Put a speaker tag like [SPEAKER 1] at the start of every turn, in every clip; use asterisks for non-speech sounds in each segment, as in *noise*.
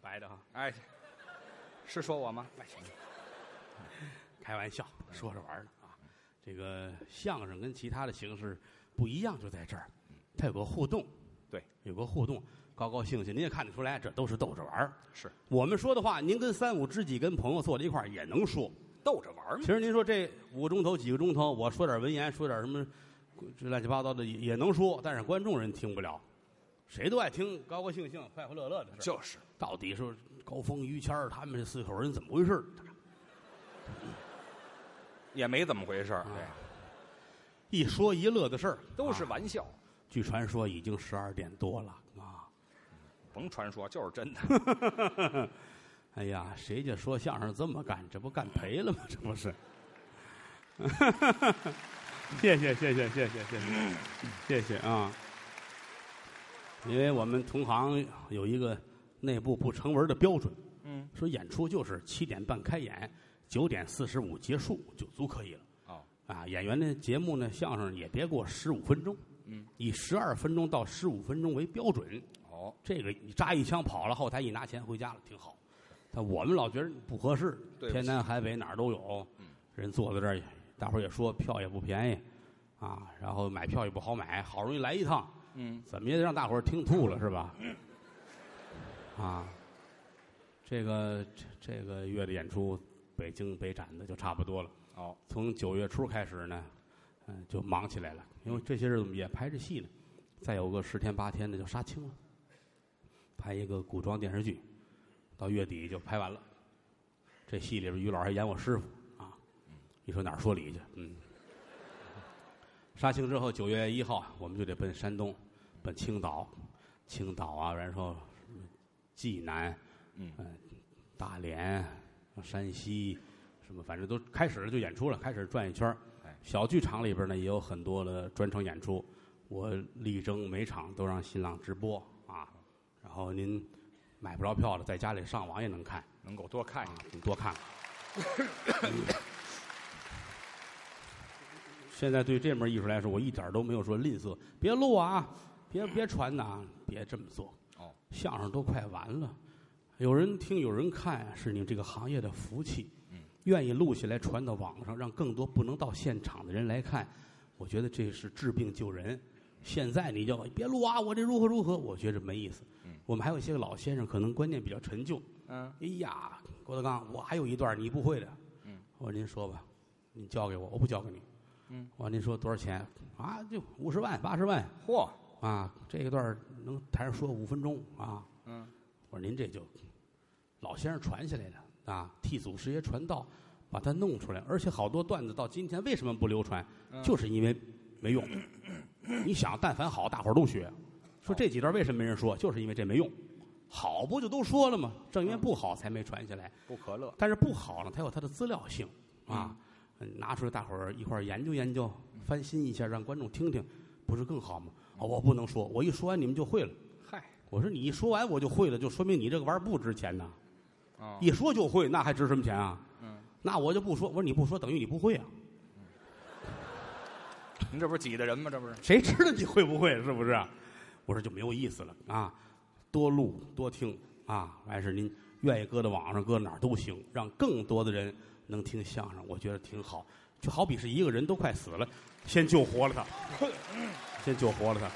[SPEAKER 1] 白的啊，
[SPEAKER 2] 哎，是说我吗？
[SPEAKER 1] 哎 *laughs* 开玩笑，说着玩儿的啊。这个相声跟其他的形式不一样，就在这儿，它有个互动，
[SPEAKER 2] 对，
[SPEAKER 1] 有个互动，高高兴兴。您也看得出来，这都是逗着玩儿。
[SPEAKER 2] 是
[SPEAKER 1] 我们说的话，您跟三五知己、跟朋友坐在一块儿也能说。
[SPEAKER 2] 逗着玩儿嘛
[SPEAKER 1] 其。实您说这五个钟头、几个钟头，我说点文言，说点什么这乱七八糟的也也能说，但是观众人听不了。谁都爱听高高兴兴、快快乐乐的事儿。
[SPEAKER 2] 就是
[SPEAKER 1] 到底是高峰、于谦儿他们这四口人怎么回事儿？
[SPEAKER 2] 也没怎么回事儿，对，
[SPEAKER 1] 一说一乐的事儿，
[SPEAKER 2] 都是
[SPEAKER 1] 啊
[SPEAKER 2] 玩笑，
[SPEAKER 1] 据传说已经十二点多了啊！
[SPEAKER 2] 甭传说，就是真的。
[SPEAKER 1] 哎呀，谁家说相声这么干？这不干赔了吗？这不是？ *laughs* 谢谢谢谢谢谢谢谢谢谢啊！因为我们同行有一个内部不成文的标准，
[SPEAKER 2] 嗯，
[SPEAKER 1] 说演出就是七点半开演，九点四十五结束就足可以了。
[SPEAKER 2] 哦，
[SPEAKER 1] 啊，演员的节目呢，相声也别过十五分钟，
[SPEAKER 2] 嗯，
[SPEAKER 1] 以十二分钟到十五分钟为标准。
[SPEAKER 2] 哦，
[SPEAKER 1] 这个你扎一枪跑了，后台一拿钱回家了，挺好。但我们老觉得不合适，
[SPEAKER 2] 对不起嗯
[SPEAKER 1] 天南海北哪儿都有，人坐在这儿也，大伙儿也说票也不便宜，啊，然后买票也不好买，好容易来一趟，
[SPEAKER 2] 嗯，
[SPEAKER 1] 怎么也得让大伙儿听吐了是吧？啊，这个这这个月的演出，北京北展的就差不多了。
[SPEAKER 2] 哦，
[SPEAKER 1] 从九月初开始呢，嗯、就忙起来了，因为这些日子我们也拍着戏呢，再有个十天八天的就杀青了，拍一个古装电视剧，到月底就拍完了。这戏里边于老师还演我师傅啊，你说哪儿说理去？嗯，杀青之后九月一号啊我们就得奔山东，奔青岛，青岛啊，然后什么济南，
[SPEAKER 2] 嗯
[SPEAKER 1] 呃大连、山西，什么反正都开始了就演出了，开始转一圈儿
[SPEAKER 2] 哎
[SPEAKER 1] 小剧场里边呢也有很多的专场演出，我力争每场都让新浪直播啊，然后您买不着票了，在家里上网也能看。嗯
[SPEAKER 2] 能够啊多看一看。
[SPEAKER 1] 你多看看。现在对这门艺术来说，我一点都没有说吝啬，别录啊，别别传呐、别这么做。
[SPEAKER 2] 哦，
[SPEAKER 1] 相声都快完了，有人听有人看，啊是你们这个行业的福气。
[SPEAKER 2] 嗯，
[SPEAKER 1] 愿意录下来传到网上，让更多不能到现场的人来看，我觉得这是治病救人。现在你叫我别录啊，我这如何如何，我觉着没意思。
[SPEAKER 2] 嗯，
[SPEAKER 1] 我们还有一些个老先生，可能观念比较陈旧，
[SPEAKER 2] 嗯，
[SPEAKER 1] 哎呀，郭德纲，我还有一段你不会的。
[SPEAKER 2] 嗯，
[SPEAKER 1] 我说您说吧，您教给我，我不教给你。
[SPEAKER 2] 嗯，
[SPEAKER 1] 我说您说多少钱啊？就五十万、八十万
[SPEAKER 2] 嚯，
[SPEAKER 1] 啊，这一段能台上说五分钟啊。
[SPEAKER 2] 嗯，
[SPEAKER 1] 我说您这就老先生传下来的啊，替祖师爷传道，把它弄出来。而且好多段子到今天为什么不流传，
[SPEAKER 2] 嗯
[SPEAKER 1] 就是因为没用。你想，但凡好，大伙儿都学。说这几段为什么没人说，就是因为这没用。好不就都说了吗？正因为不好才没传下来。
[SPEAKER 2] 不可乐。
[SPEAKER 1] 但是不好呢，它有它的资料性啊，嗯拿出来大伙儿一块儿研究研究，翻新一下，让观众听听，不是更好吗？哦，我不能说，我一说完你们就会了。
[SPEAKER 2] 嗨，
[SPEAKER 1] 我说你一说完我就会了，就说明你这个玩意儿不值钱呐。
[SPEAKER 2] 哦
[SPEAKER 1] 一说就会，那还值什么钱啊？
[SPEAKER 2] 嗯，
[SPEAKER 1] 那我就不说。我说你不说等于你不会啊，
[SPEAKER 2] 您这不是挤的人吗？这不是？
[SPEAKER 1] 谁知道你会不会是不是？我说就没有意思了啊，多录多听啊，完事您愿意搁到网上搁哪儿都行，让更多的人能听相声，我觉得挺好。就好比是一个人都快死了，先救活了他，先救活了他，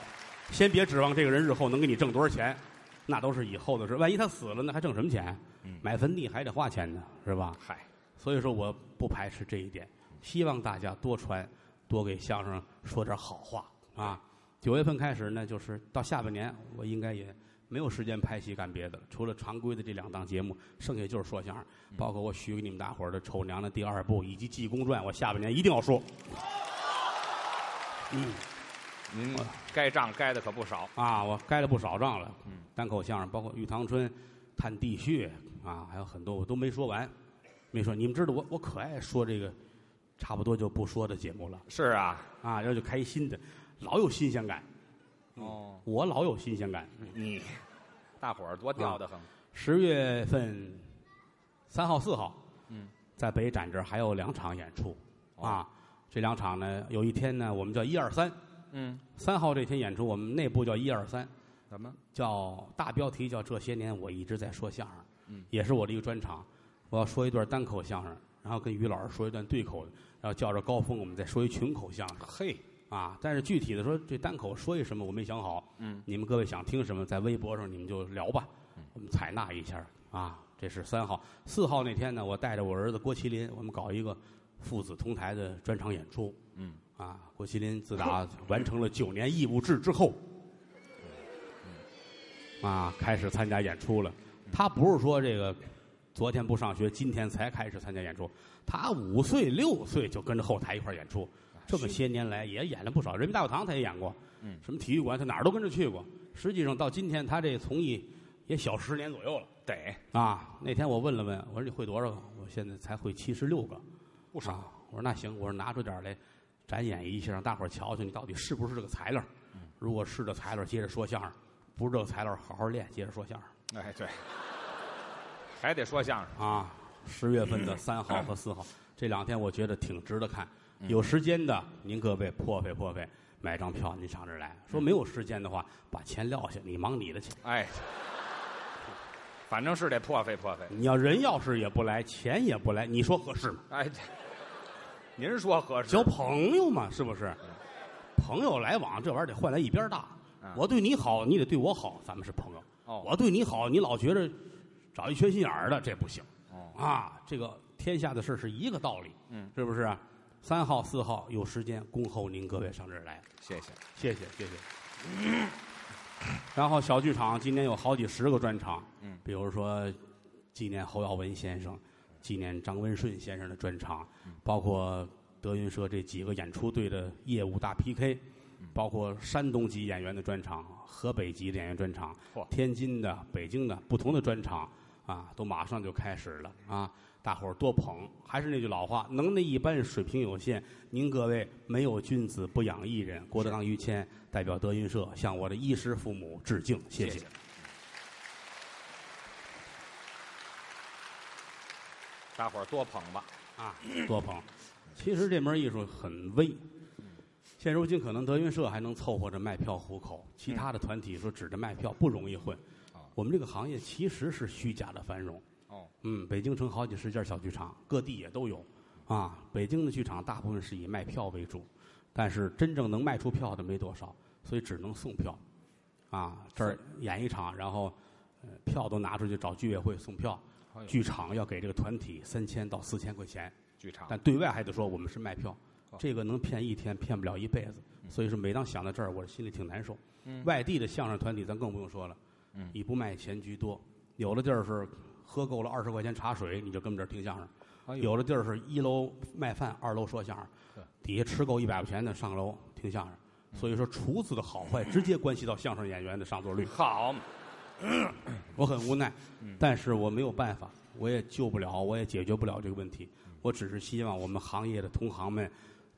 [SPEAKER 1] 先别指望这个人日后能给你挣多少钱，那都是以后的事。万一他死了，那还挣什么钱
[SPEAKER 2] 嗯？
[SPEAKER 1] 买坟地还得花钱呢，是吧？
[SPEAKER 2] 嗨，
[SPEAKER 1] 所以说我不排斥这一点，希望大家多传，多给相声说点好话啊。九月份开始呢，就是到下半年，我应该也没有时间拍戏干别的了，除了常规的这两档节目，剩下就是说相声，包括我许给你们大伙儿的《丑娘娘》第二部以及《济公传》，我下半年一定要说嗯
[SPEAKER 2] 您该账该的可不少。
[SPEAKER 1] 啊，我该了不少账了。
[SPEAKER 2] 嗯，
[SPEAKER 1] 单口相声包括《玉堂春》《探地穴》啊，还有很多我都没说完，没说。你们知道我我可爱说这个，差不多就不说的节目了。
[SPEAKER 2] 是啊，
[SPEAKER 1] 啊，然后就开心的，老有新鲜感，
[SPEAKER 2] 哦，
[SPEAKER 1] 我老有新鲜感。
[SPEAKER 2] 你嗯大伙儿多吊得很。
[SPEAKER 1] 十月份三号、四号，
[SPEAKER 2] 嗯，
[SPEAKER 1] 在北展这儿还有两场演出、
[SPEAKER 2] 哦
[SPEAKER 1] 啊。这两场呢，有一天呢，我们叫一二三，
[SPEAKER 2] 嗯，
[SPEAKER 1] 三号这天演出我们内部叫一二三，
[SPEAKER 2] 怎么？
[SPEAKER 1] 叫大标题叫这些年我一直在说相声，
[SPEAKER 2] 嗯，
[SPEAKER 1] 也是我的一个专场。我要说一段单口相声，然后跟于老师说一段对口的，然后叫着高峰我们再说一群口相声
[SPEAKER 2] 嘿，
[SPEAKER 1] 啊。但是具体的说这单口说一什么我没想好，
[SPEAKER 2] 嗯，
[SPEAKER 1] 你们各位想听什么，在微博上你们就聊吧
[SPEAKER 2] 嗯，
[SPEAKER 1] 我们采纳一下啊。这是三号，四号那天呢，我带着我儿子郭麒麟，我们搞一个父子同台的专场演出
[SPEAKER 2] 嗯，
[SPEAKER 1] 啊。郭麒麟自
[SPEAKER 2] *laughs*
[SPEAKER 1] 打完成了九年义务制之后，啊，开始参加演出了。
[SPEAKER 2] 嗯
[SPEAKER 1] 他不是说这个昨天不上学，今天才开始参加演出，他五岁六岁就跟着后台一块儿演出。这么些年来也演了不少，人民大会堂他也演过，
[SPEAKER 2] 嗯
[SPEAKER 1] 什么体育馆他哪儿都跟着去过。实际上到今天他这从艺也小十年左右了
[SPEAKER 2] 得
[SPEAKER 1] 啊。那天我问了问，我说你会多少个？我现在才会七十六个，
[SPEAKER 2] 不少
[SPEAKER 1] 啊。我说那行，我说拿出点儿来展演一下，让大伙儿瞧瞧你到底是不是这个材料。
[SPEAKER 2] 嗯
[SPEAKER 1] 如果是这材料，接着说相声；不是这个材料，好好练，接着说相声
[SPEAKER 2] 哎，对，还得说相声。
[SPEAKER 1] 啊。十月份的三号和四号、这两天，我觉得挺值得看。有时间的，您各位破费破费，买张票您上这儿来。说没有时间的话，把钱撂下，你忙你的去。
[SPEAKER 2] 哎，反正是得破费破费。
[SPEAKER 1] 你要人要是也不来，钱也不来，你说合适吗？
[SPEAKER 2] 哎，这您说合适？
[SPEAKER 1] 交朋友嘛，是不是？朋友来往这玩意儿得换来一边大
[SPEAKER 2] 嗯。
[SPEAKER 1] 我对你好，你得对我好，咱们是朋友。
[SPEAKER 2] 哦
[SPEAKER 1] 我对你好，你老觉着找一缺心眼儿的，这不行
[SPEAKER 2] 哦，
[SPEAKER 1] 啊！这个天下的事是一个道理，
[SPEAKER 2] 嗯，
[SPEAKER 1] 是不是啊？三号、四号有时间，恭候您各位上这儿来，
[SPEAKER 2] 谢谢。
[SPEAKER 1] 谢谢谢谢。 *coughs* 然后小剧场今年有好几十个专场，
[SPEAKER 2] 嗯，
[SPEAKER 1] 比如说纪念侯耀文先生，纪念张文顺先生的专场，
[SPEAKER 2] 嗯
[SPEAKER 1] 包括德云社这几个演出队的业务大 PK，包
[SPEAKER 2] 嗯
[SPEAKER 1] 括山东籍演员的专场、河北籍的演员专场
[SPEAKER 2] 嚯、
[SPEAKER 1] 天津的、北京的不同的专场啊，都马上就开始了啊！大伙儿多捧，还是那句老话，能耐一般，水平有限。您各位没有君子不养艺人。郭德纲、于谦代表德云社向我的衣食父母致敬，谢
[SPEAKER 2] 谢谢嗯大伙儿多捧吧。
[SPEAKER 1] 啊，多捧。其实这门艺术很微，现如今可能德云社还能凑合着卖票糊口，其他的团体说指着卖票不容易混
[SPEAKER 2] 啊。
[SPEAKER 1] 我们这个行业其实是虚假的繁荣。
[SPEAKER 2] 哦，
[SPEAKER 1] 嗯，北京城好几十家小剧场，各地也都有。啊，北京的剧场大部分是以卖票为主，但是真正能卖出票的没多少，所以只能送票。啊，这儿演一场，然后、呃、票都拿出去找居委会送票
[SPEAKER 2] 哎呦，
[SPEAKER 1] 剧场要给这个团体三千到四千块钱。
[SPEAKER 2] 剧场
[SPEAKER 1] 但对外还得说我们是卖票
[SPEAKER 2] 啊哦，
[SPEAKER 1] 这个能骗一天，骗不了一辈子。所以说，每当想到这儿，我心里挺难受。
[SPEAKER 2] 嗯
[SPEAKER 1] 外地的相声团体咱更不用说了，
[SPEAKER 2] 嗯
[SPEAKER 1] 以不卖钱居多。有的地儿是喝够了二十块钱茶水，你就跟我们这儿听相声；
[SPEAKER 2] 哎呦
[SPEAKER 1] 有的地儿是一楼卖饭，二楼说相声
[SPEAKER 2] 呵，嗯
[SPEAKER 1] 底下吃够一百块钱的上楼听相声。所以说，厨子的好
[SPEAKER 2] *clears throat*
[SPEAKER 1] 坏直接关系到相声演员的上座率。
[SPEAKER 2] 好嘛，
[SPEAKER 1] 我很无奈，
[SPEAKER 2] 嗯
[SPEAKER 1] 但是我没有办法，我也救不了，我也解决不了这个问题。我只是希望我们行业的同行们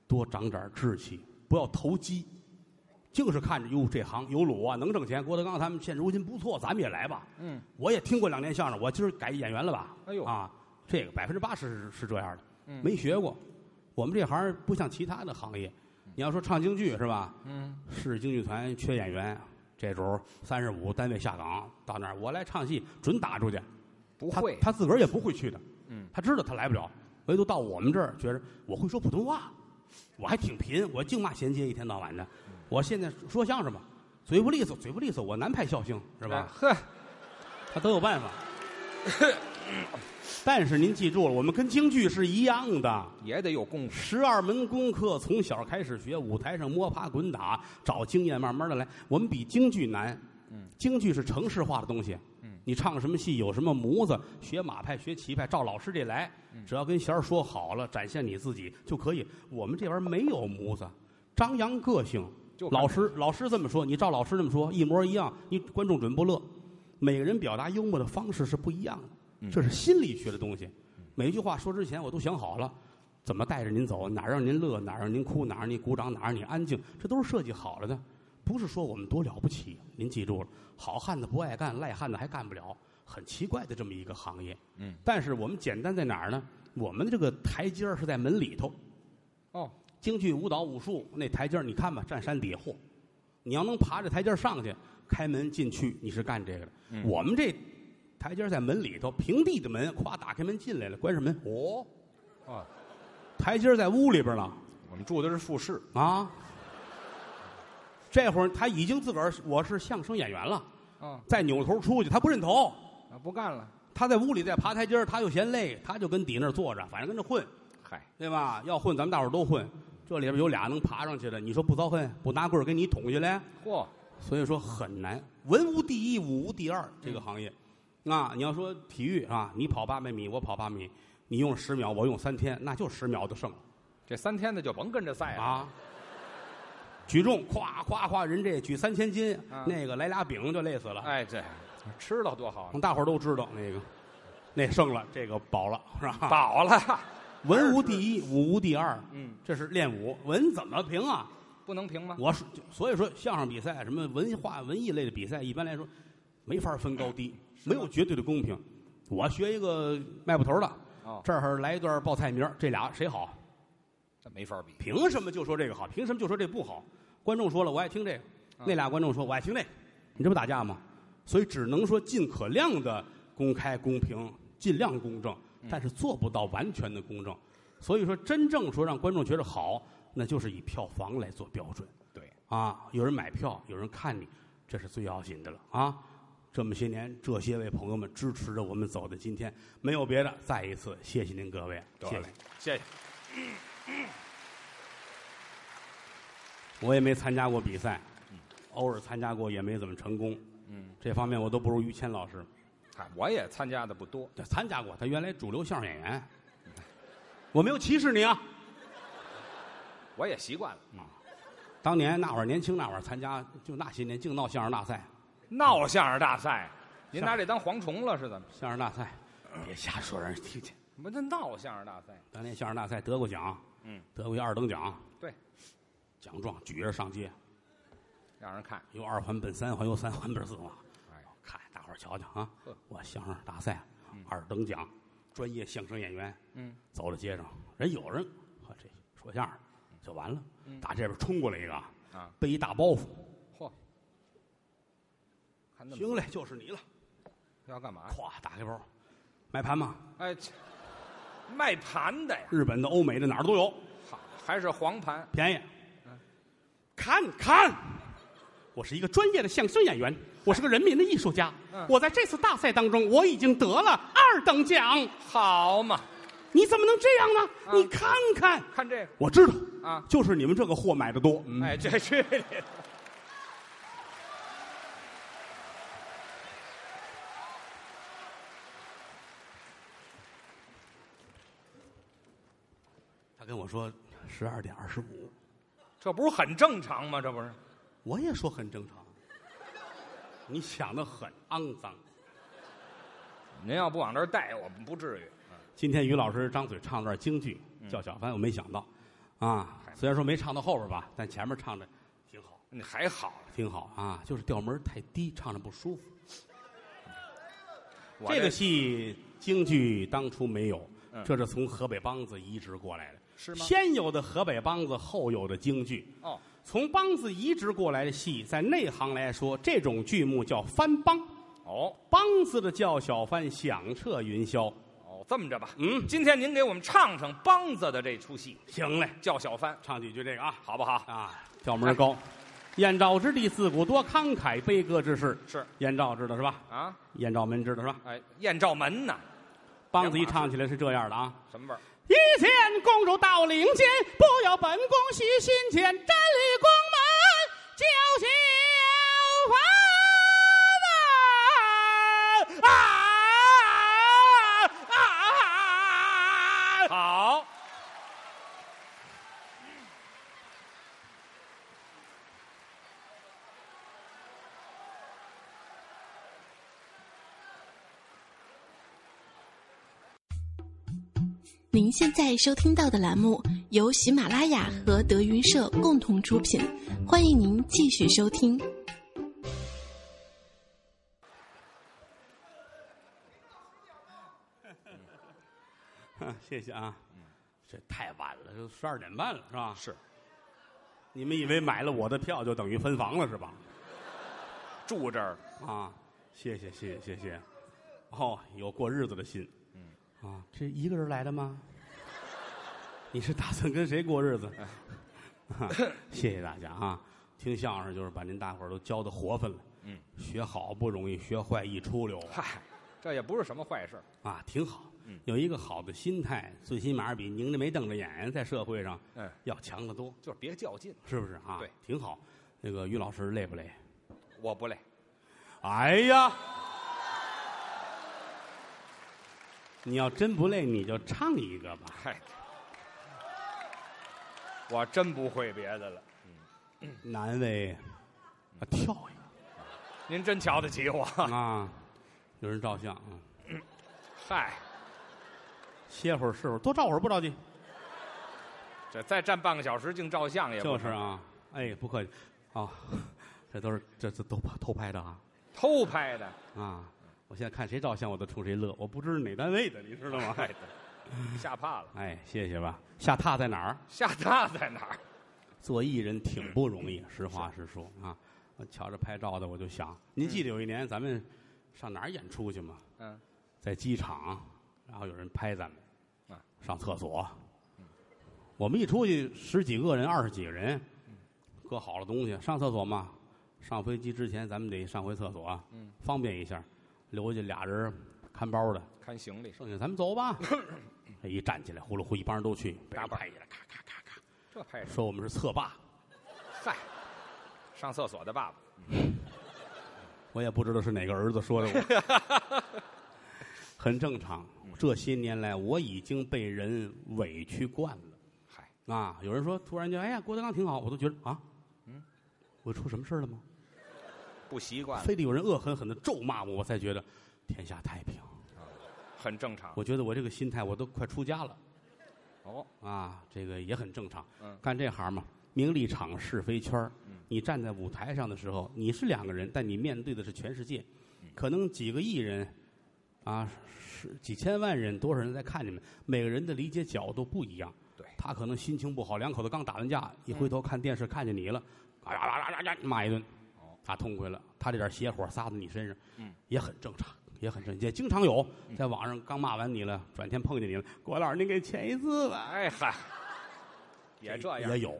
[SPEAKER 1] 多长点志气，不要投机，净是看着哟这行有卤啊，能挣钱。郭德纲他们现如今不错，咱们也来吧。
[SPEAKER 2] 嗯，
[SPEAKER 1] 我也听过两年相声，我今儿改演员了吧？
[SPEAKER 2] 哎呦
[SPEAKER 1] 啊，这个百分之八十是这样的，
[SPEAKER 2] 嗯
[SPEAKER 1] 没学过。我们这行不像其他的行业，你要说唱京剧是吧？
[SPEAKER 2] 嗯，
[SPEAKER 1] 市京剧团缺演员，这主儿三十五单位下岗，到那儿我来唱戏，准打出去。
[SPEAKER 2] 不
[SPEAKER 1] 他
[SPEAKER 2] 会，
[SPEAKER 1] 他自个儿也不会去的。
[SPEAKER 2] 嗯，
[SPEAKER 1] 他知道他来不了，唯独到我们这儿，觉着我会说普通话，我还挺贫，我净骂衔接，一天到晚的。
[SPEAKER 2] 嗯
[SPEAKER 1] 我现在说相声吧，嘴不利索，嘴不利索，我南派笑星是吧？
[SPEAKER 2] 哎呵，
[SPEAKER 1] 他都有办
[SPEAKER 2] *laughs*
[SPEAKER 1] 法。但是您记住了，我们跟京剧是一样的。
[SPEAKER 2] 也得有功夫。
[SPEAKER 1] 十二门功课从小开始学，舞台上摸爬滚打，找经验，慢慢的来。我们比京剧难，
[SPEAKER 2] 嗯，
[SPEAKER 1] 京剧是城市化的东西，
[SPEAKER 2] 嗯，
[SPEAKER 1] 你唱什么戏，有什么模子，学马派，学旗派，照老师这来，只要跟弦儿说好了，展现你自己就可以。我们这玩意儿没有模子，张扬个性，
[SPEAKER 2] 就看
[SPEAKER 1] 老师老师这么说，你照老师这么说，一模一样，你观众准不乐。每个人表达幽默的方式是不一样
[SPEAKER 2] 嗯
[SPEAKER 1] 的，这是心理学的东西。每一句话说之前，我都想好了，怎么带着您走，哪儿让您乐，哪儿让您哭，哪儿让您鼓掌，哪儿让你安静，这都是设计好了的。不是说我们多了不起，您记住了，好汉子不爱干，赖汉子还干不了，很奇怪的这么一个行业。
[SPEAKER 2] 嗯，
[SPEAKER 1] 但是我们简单在哪儿呢？我们这个台阶儿是在门里头，
[SPEAKER 2] 哦，
[SPEAKER 1] 京剧、舞蹈、武术那台阶儿你看吧，占山底货。你要能爬这台阶儿上去，开门进去你是干这个的。
[SPEAKER 2] 嗯
[SPEAKER 1] 我们这台阶在门里头，平地的门，咵打开门进来了，关上门，哦，
[SPEAKER 2] 哦，
[SPEAKER 1] 台阶在屋里边了
[SPEAKER 2] 我们住的是复式，
[SPEAKER 1] 啊。这会儿他已经自个儿是我是相声演员了，
[SPEAKER 2] 嗯，
[SPEAKER 1] 再扭头出去，他哦不认头，
[SPEAKER 2] 啊不干了，
[SPEAKER 1] 他在屋里再爬台阶儿他又嫌累，他就跟底那儿坐着，反正跟着混，
[SPEAKER 2] 嗨，
[SPEAKER 1] 对吧？要混，咱们大伙儿都混。这里边有俩能爬上去的，你说不遭恨，不拿棍儿给你捅下来？
[SPEAKER 2] 嚯，
[SPEAKER 1] 所以说很难，文无第一，武无第二，这个行业。啊，你要说体育啊，你跑八百米，我跑八米，你用十秒，我用三天，那就十秒就胜了
[SPEAKER 2] 这三天的就甭跟着赛了，
[SPEAKER 1] 啊。举重，咵咵咵，人这举三千斤，
[SPEAKER 2] 啊
[SPEAKER 1] 那个来俩饼就累死了。
[SPEAKER 2] 哎，这吃了多好啊，
[SPEAKER 1] 大伙儿都知道那个，那胜了，这个饱了，是吧？
[SPEAKER 2] 饱了，
[SPEAKER 1] 文无第一，武无第二，
[SPEAKER 2] 嗯，
[SPEAKER 1] 这是练武，文怎么评啊？
[SPEAKER 2] 不能平吗？
[SPEAKER 1] 我是就所以说相声比赛什么文化文艺类的比赛，一般来说没法分高低，没有绝对的公平。我学一个卖布头的，
[SPEAKER 2] 哦，
[SPEAKER 1] 这儿来一段报菜名儿，这俩谁好？
[SPEAKER 2] 这没法比，
[SPEAKER 1] 凭什么就说这个好？凭什么就说这不好？观众说了我爱听这个，
[SPEAKER 2] 啊
[SPEAKER 1] 那俩观众说我爱听那个，你这不打架吗？所以只能说尽可量的公开公平，尽量公正，
[SPEAKER 2] 嗯
[SPEAKER 1] 但是做不到完全的公正。所以说，真正说让观众觉得好，那就是以票房来做标准。
[SPEAKER 2] 对，
[SPEAKER 1] 啊，有人买票，有人看你，这是最要紧的了啊！这么些年，这些位朋友们支持着我们走到今天，没有别的，再一次谢谢您各位，谢谢。
[SPEAKER 2] 谢谢，
[SPEAKER 1] 我也没参加过比赛，偶尔参加过，也没怎么成功。
[SPEAKER 2] 嗯，
[SPEAKER 1] 这方面我都不如于谦老师。
[SPEAKER 2] 嗨，我也参加的不多，
[SPEAKER 1] 对参加过，他原来主流相声演员。 *laughs* 我没有歧视你啊！
[SPEAKER 2] 我也习惯了，
[SPEAKER 1] 当年那会儿年轻，那会儿参加就那些年净闹相声大赛，
[SPEAKER 2] 闹相声大赛，您
[SPEAKER 1] 是
[SPEAKER 2] 拿这当蝗虫了是怎么？
[SPEAKER 1] 相声大赛，别瞎说让人听见。
[SPEAKER 2] 不，这闹相声大赛，
[SPEAKER 1] 当年相声大赛得过奖，
[SPEAKER 2] 嗯，
[SPEAKER 1] 得过一二等奖，
[SPEAKER 2] 对，
[SPEAKER 1] 奖状举着上街，
[SPEAKER 2] 让人看，
[SPEAKER 1] 有二环奔三环，有三环奔四环，
[SPEAKER 2] 哎，
[SPEAKER 1] 看大伙儿瞧瞧啊
[SPEAKER 2] 呵！
[SPEAKER 1] 我相声大赛二等奖，专业相声演员，
[SPEAKER 2] 嗯，
[SPEAKER 1] 走到街上，人有人，呵，这说相声就完了，打这边冲过来一个，
[SPEAKER 2] 嗯啊，
[SPEAKER 1] 背一大包袱，
[SPEAKER 2] 嚯，看那么啊
[SPEAKER 1] 行嘞，就是你了，
[SPEAKER 2] 要干嘛？
[SPEAKER 1] 咵，打开包，买盘嘛，
[SPEAKER 2] 哎，切卖盘的呀，
[SPEAKER 1] 日本的、欧美的哪儿的都有，
[SPEAKER 2] 好，还是黄盘，
[SPEAKER 1] 便宜。
[SPEAKER 2] 嗯
[SPEAKER 1] 看看，我是一个专业的相声演员，我是个人民的艺术家
[SPEAKER 2] 嗯，
[SPEAKER 1] 我在这次大赛当中，我已经得了二等奖，
[SPEAKER 2] 好嘛，
[SPEAKER 1] 你怎么能这样呢？
[SPEAKER 2] 啊
[SPEAKER 1] 你看看，
[SPEAKER 2] 看这个
[SPEAKER 1] 我知道，
[SPEAKER 2] 啊，
[SPEAKER 1] 就是你们这个货买的多，嗯，
[SPEAKER 2] 哎，这去你的！
[SPEAKER 1] 他跟我说十二点二十五，
[SPEAKER 2] 这不是很正常吗？这不是
[SPEAKER 1] 我也说很正常。你想的很肮脏。
[SPEAKER 2] 您要不往这儿带，我们不至于。
[SPEAKER 1] 今天于老师张嘴唱段京剧
[SPEAKER 2] 嗯
[SPEAKER 1] 叫小帆，我没想到，啊，虽然说没唱到后边吧，但前面唱的挺好，
[SPEAKER 2] 你还好，
[SPEAKER 1] 挺好啊，就是调门太低，唱着不舒服。
[SPEAKER 2] 我
[SPEAKER 1] 这个戏京剧当初没有
[SPEAKER 2] 嗯，
[SPEAKER 1] 这是从河北梆子移植过来的，
[SPEAKER 2] 是吗？
[SPEAKER 1] 先有的河北梆子，后有的京剧。
[SPEAKER 2] 哦，
[SPEAKER 1] 从梆子移植过来的戏，在内行来说，这种剧目叫翻梆。
[SPEAKER 2] 哦，
[SPEAKER 1] 梆子的叫小翻，响彻云霄。
[SPEAKER 2] 哦，这么着吧，
[SPEAKER 1] 嗯，
[SPEAKER 2] 今天您给我们唱唱梆子的这出戏
[SPEAKER 1] 行嘞，
[SPEAKER 2] 《叫小帆》，
[SPEAKER 1] 唱几句这个啊
[SPEAKER 2] 好不好？
[SPEAKER 1] 啊，调门高。燕赵之地，自古多慷慨，悲歌之士。
[SPEAKER 2] 是
[SPEAKER 1] 燕赵知道是吧？
[SPEAKER 2] 啊，
[SPEAKER 1] 燕赵门知道是吧？
[SPEAKER 2] 哎，燕赵门呐，
[SPEAKER 1] 梆子一唱起来是这样的啊。
[SPEAKER 2] 什么味儿？
[SPEAKER 1] 一见公主到灵间，不由本宫喜心间，站立宫门叫小凡啊啊啊！
[SPEAKER 2] 好，
[SPEAKER 3] 您现在收听到的栏目由喜马拉雅和德云社共同出品，欢迎您继续收听。
[SPEAKER 1] 谢谢啊，这太晚了，都十二点半了是吧？
[SPEAKER 2] 是
[SPEAKER 1] 你们以为买了我的票就等于分房了是吧？
[SPEAKER 2] 住这儿，
[SPEAKER 1] 啊，谢谢谢谢谢谢，哦，有过日子的心，嗯，啊，这一个人来的吗？你是打算跟谁过日子？ *laughs* 啊谢谢大家啊！听相声就是把您大伙儿都教的活泛了，
[SPEAKER 2] 嗯，
[SPEAKER 1] 学好不容易，学坏一出溜
[SPEAKER 2] 嗨，这也不是什么坏事儿
[SPEAKER 1] 啊，挺好。
[SPEAKER 2] 嗯
[SPEAKER 1] 有一个好的心态，最起码比拧着眉瞪着眼在社会上，
[SPEAKER 2] 嗯，
[SPEAKER 1] 要强得多，
[SPEAKER 2] 就是别较劲。
[SPEAKER 1] 是不是啊？
[SPEAKER 2] 对，
[SPEAKER 1] 挺好。那个于老师累不累？
[SPEAKER 2] 我不累，
[SPEAKER 1] 哎呀，你要真不累，你就唱一个吧。
[SPEAKER 2] 嗨，我真不会别的了。
[SPEAKER 1] 难为，啊，跳一
[SPEAKER 2] 您真瞧得起我，
[SPEAKER 1] 个啊！有人照相啊，
[SPEAKER 2] 嗨，
[SPEAKER 1] 歇会儿是会儿，多照会儿不着急。
[SPEAKER 2] 这再站半个小时净照相也不
[SPEAKER 1] 就是啊，哎，不客气啊，这都是这这都偷拍的啊
[SPEAKER 2] 偷拍的，
[SPEAKER 1] 啊！我现在看谁照相我都冲谁乐，我不知是哪单位的，你知道吗？
[SPEAKER 2] 嗨，吓怕了，
[SPEAKER 1] 哎，谢谢吧。下榻在哪儿？
[SPEAKER 2] 吓他在哪儿？
[SPEAKER 1] 做艺人挺不容易，实话实说啊。我瞧着拍照的，我就想，您记得有一年咱们上哪儿演出去吗？
[SPEAKER 2] 嗯，
[SPEAKER 1] 在机场，然后有人拍咱们
[SPEAKER 2] 啊，嗯
[SPEAKER 1] 上厕所。我们一出去，十几个人、二十几个人，
[SPEAKER 2] 嗯
[SPEAKER 1] 搁好了东西上厕所嘛。上飞机之前，咱们得上回厕所，啊
[SPEAKER 2] 嗯，
[SPEAKER 1] 方便一下。留下俩人看包的，
[SPEAKER 2] 看行李，
[SPEAKER 1] 剩下咱们走
[SPEAKER 2] *laughs*
[SPEAKER 1] 吧。这一站起来，呼噜呼，一帮人都去，被人
[SPEAKER 2] 打板
[SPEAKER 1] 拍起来，咔咔咔咔，
[SPEAKER 2] 这拍什
[SPEAKER 1] 说我们是侧霸。
[SPEAKER 2] 么？嗨，上厕所的爸爸，
[SPEAKER 1] 我也不知道是哪个儿子说的我，
[SPEAKER 2] *laughs*
[SPEAKER 1] 很正常。这些年来，我已经被人委屈惯了
[SPEAKER 2] 嗨，
[SPEAKER 1] 啊！有人说，突然间，哎呀，郭德纲挺好，我都觉得啊，嗯，我出什么事儿了吗？
[SPEAKER 2] 不习惯了，
[SPEAKER 1] 非得有人恶狠狠的咒骂我，我才觉得天下太平。
[SPEAKER 2] 很正常。
[SPEAKER 1] 我觉得我这个心态，我都快出家了
[SPEAKER 2] 哦，
[SPEAKER 1] 啊！这个也很正常。
[SPEAKER 2] 嗯
[SPEAKER 1] 干这行嘛，名利场是非圈儿
[SPEAKER 2] 嗯
[SPEAKER 1] 你站在舞台上的时候，你是两个人，但你面对的是全世界
[SPEAKER 2] 嗯，
[SPEAKER 1] 可能几个亿人，啊，是几千万人，多少人在看你们，每个人的理解角度不一样。
[SPEAKER 2] 对嗯
[SPEAKER 1] 他可能心情不好，两口子刚打完架，一回头看电视看见你了，啊呀呀呀呀呀，骂一顿
[SPEAKER 2] 哦，
[SPEAKER 1] 他痛快了，他这点邪火撒到你身上，
[SPEAKER 2] 嗯，
[SPEAKER 1] 也很正常。也很正，也经常有，
[SPEAKER 2] 嗯
[SPEAKER 1] 在网上刚骂完你了，转天碰见你了，郭老师您给钱一次吧，
[SPEAKER 2] 哎嗨，也这样，
[SPEAKER 1] 也有，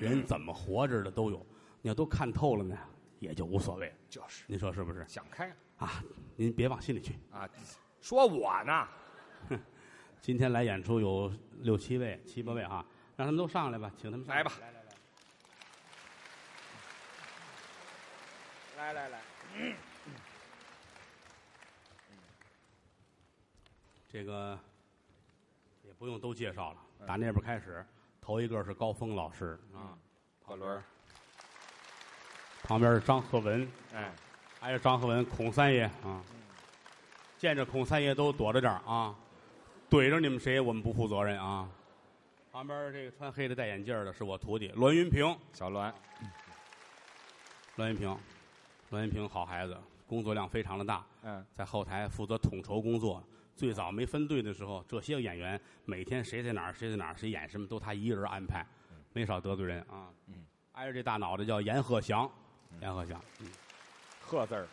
[SPEAKER 1] 人怎么活着的都有。你要都看透了呢，也就无所谓了。
[SPEAKER 2] 就是
[SPEAKER 1] 您说是不是？
[SPEAKER 2] 想开了
[SPEAKER 1] 啊，您别往心里去。
[SPEAKER 2] 啊。说我呢，
[SPEAKER 1] 今天来演出有六七位、七八位啊，让他们都上来吧，请他们上
[SPEAKER 2] 来吧，
[SPEAKER 4] 来来来，
[SPEAKER 1] 这个也不用都介绍了，
[SPEAKER 2] 嗯
[SPEAKER 1] 打那边开始，头一个是高峰老师啊
[SPEAKER 2] 嗯，火轮，
[SPEAKER 1] 旁边是张鹤文，
[SPEAKER 2] 哎，
[SPEAKER 1] 还有张鹤文、孔三爷啊。见着孔三爷都躲着点儿啊，怼着你们谁我们不负责任啊。旁边这个穿黑的戴眼镜儿的是我徒弟栾云平，
[SPEAKER 2] 小栾，
[SPEAKER 1] 栾云平，栾云平好孩子，工作量非常的大，
[SPEAKER 2] 嗯，
[SPEAKER 1] 在后台负责统筹工作。最早没分队的时候，这些个演员每天谁在哪儿，谁在哪儿，谁演什么，都他一个人安排，没少得罪人啊。
[SPEAKER 2] 嗯，
[SPEAKER 1] 挨着这大脑袋叫阎鹤祥，阎鹤祥，嗯
[SPEAKER 2] 贺字儿，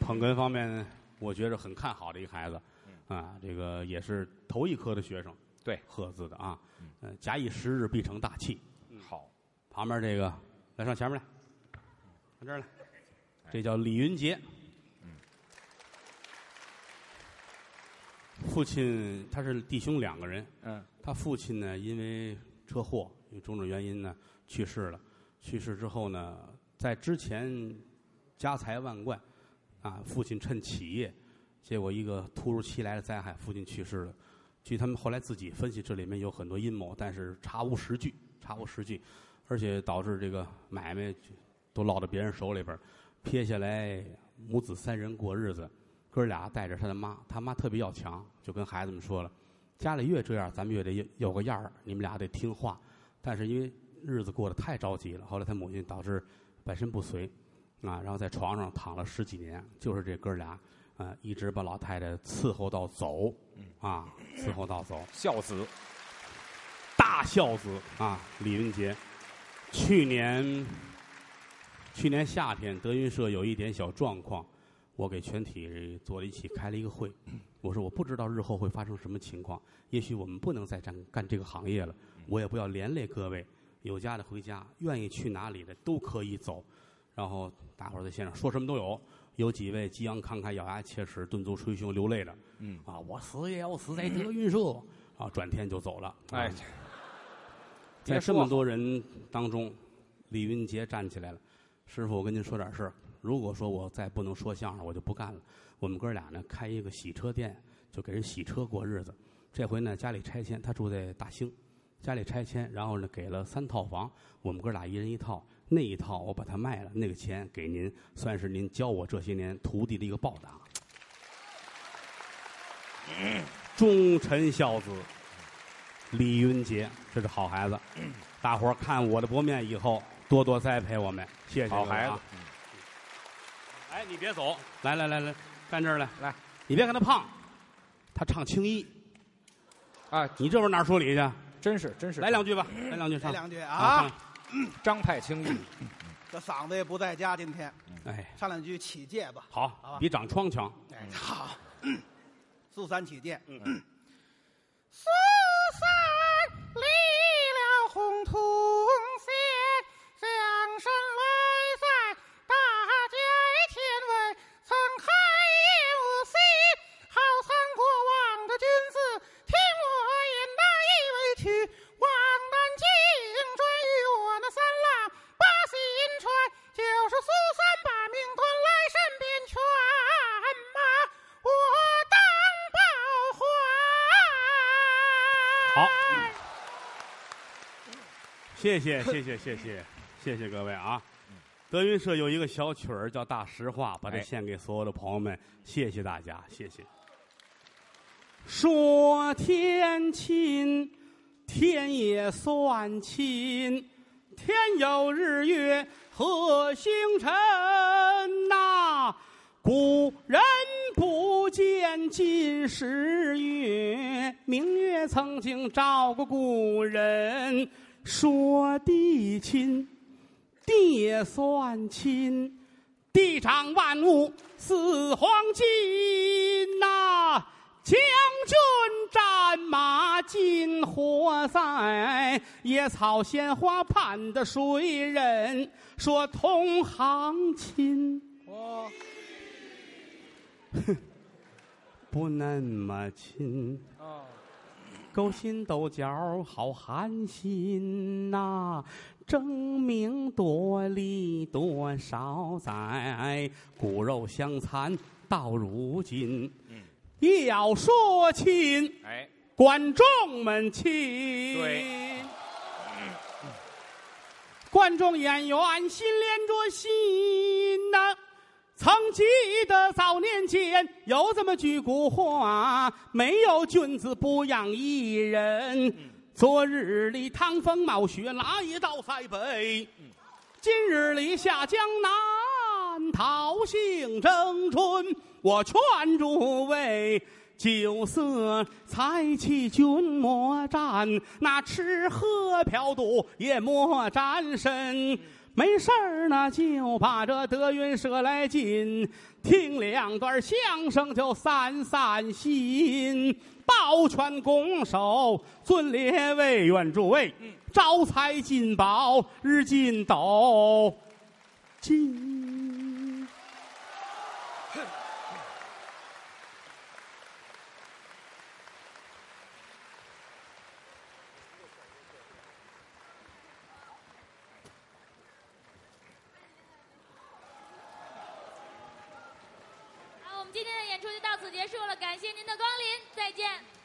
[SPEAKER 1] 捧哏方面，我觉着很看好的一个孩子，
[SPEAKER 2] 嗯
[SPEAKER 1] 啊，这个也是头一科的学生，
[SPEAKER 2] 对，
[SPEAKER 1] 贺字的啊
[SPEAKER 2] 嗯，
[SPEAKER 1] 嗯，假以时日必成大器。
[SPEAKER 2] 好，
[SPEAKER 1] 旁边这个，来上前面来，上这儿来，
[SPEAKER 2] 哎
[SPEAKER 1] 这叫李云杰。父亲他是弟兄两个人，
[SPEAKER 2] 嗯，
[SPEAKER 1] 他父亲呢因为车祸，因为种种原因呢去世了。去世之后呢，在之前家财万贯，啊，父亲趁企业，结果一个突如其来的灾害，父亲去世了。据他们后来自己分析，这里面有很多阴谋，但是查无实据，查无实据，而且导致这个买卖就都落到别人手里边儿，撇下来母子三人过日子。哥俩带着他的妈，他妈特别要强，就跟孩子们说了，家里越这样，咱们越得有有个样儿，你们俩得听话。但是因为日子过得太着急了，后来他母亲导致半身不遂，啊，然后在床上躺了十几年，就是这哥俩，啊，一直把老太太伺候到走，啊，伺候到走。
[SPEAKER 2] 孝子，
[SPEAKER 1] 大孝子啊，李云杰，去年去年夏天，德云社有一点小状况，我给全体坐了一起开了一个会。我说我不知道日后会发生什么情况，也许我们不能再干干这个行业了。我也不要连累各位，有家的回家，愿意去哪里的都可以走。然后大伙儿在现场说什么都有，有几位激昂慷慨、咬牙切齿、顿足捶胸、流泪的。
[SPEAKER 2] 嗯
[SPEAKER 1] 啊，我死也要死在德云社。啊，转天就走了。
[SPEAKER 2] 哎
[SPEAKER 1] 啊，
[SPEAKER 2] 别
[SPEAKER 1] 在这么
[SPEAKER 2] 说
[SPEAKER 1] 多人当中，李云杰站起来了。师傅，我跟您说点事儿。如果说我再不能说相声，我就不干了。我们哥俩呢，开一个洗车店，就给人洗车过日子。这回呢，家里拆迁，他住在大兴，家里拆迁，然后呢，给了三套房，我们哥俩一人一套。那一套我把它卖了，那个钱给您，算是您教我这些年徒弟的一个报答。忠臣孝子，李云杰，这是好孩子。大伙儿看我的薄面以后，多多栽培我们，谢谢
[SPEAKER 2] 好
[SPEAKER 1] 各位啊
[SPEAKER 2] 孩子，
[SPEAKER 1] 哎，你别走，来来来来，站这儿来
[SPEAKER 2] 来，
[SPEAKER 1] 你别看他胖，他唱青衣，
[SPEAKER 2] 啊，
[SPEAKER 1] 你这玩意儿哪儿说理去？
[SPEAKER 2] 真是真是，
[SPEAKER 1] 来两句吧，来两句
[SPEAKER 4] 来
[SPEAKER 1] 唱
[SPEAKER 4] 两句
[SPEAKER 1] 啊！
[SPEAKER 4] 啊，
[SPEAKER 1] 唱
[SPEAKER 2] 张派清玉，
[SPEAKER 4] 这嗓子也不在家，今天
[SPEAKER 1] 哎，
[SPEAKER 4] 唱两句起戒吧。好
[SPEAKER 1] 好
[SPEAKER 4] 吧，
[SPEAKER 1] 比长疮强。
[SPEAKER 4] 哎，好，苏三起戒。
[SPEAKER 1] 嗯
[SPEAKER 4] 嗯
[SPEAKER 5] 苏三离了红铜线，相声来在大街前问，曾开业无锡，好三国望的君子，听我演那一位曲，望南京专与我那三郎把心传，就是苏三把命端来身边劝马，我当报还。
[SPEAKER 1] 好，谢谢谢谢谢谢谢谢各位啊！德云社有一个小曲儿叫《大实话》，把这
[SPEAKER 2] 哎
[SPEAKER 1] 献给所有的朋友们，谢谢大家，谢谢。说天亲，天也算亲，天有日月和星辰呐、古人不见今时月，明月曾经照过古人。说地亲，地也算亲，地长万物似黄金呐、将军战马金火在，野草鲜花盼的谁人？说同行亲。
[SPEAKER 4] 哦，
[SPEAKER 1] 不那么亲。
[SPEAKER 2] 嗯
[SPEAKER 1] 勾心斗角好寒心呐、争名夺利多少载，骨肉相残到如今。一要说亲，
[SPEAKER 2] 哎，
[SPEAKER 1] 观众们亲。
[SPEAKER 2] 对
[SPEAKER 1] 观众演员心连着心呐、曾记得早年间有这么句古话：没有君子不养艺人。昨日里趟风冒雪来到塞北，今日里下江南讨杏争春。我劝诸位。酒色财气均莫沾，那吃喝嫖赌也莫沾身。没事儿呢，就把这德云社来进，听两段相声就散散心。抱拳拱手，尊列位，愿诸位招财进宝，日进斗金。
[SPEAKER 6] 好，我们今天的演出就到此结束了，感谢您的光临，再见。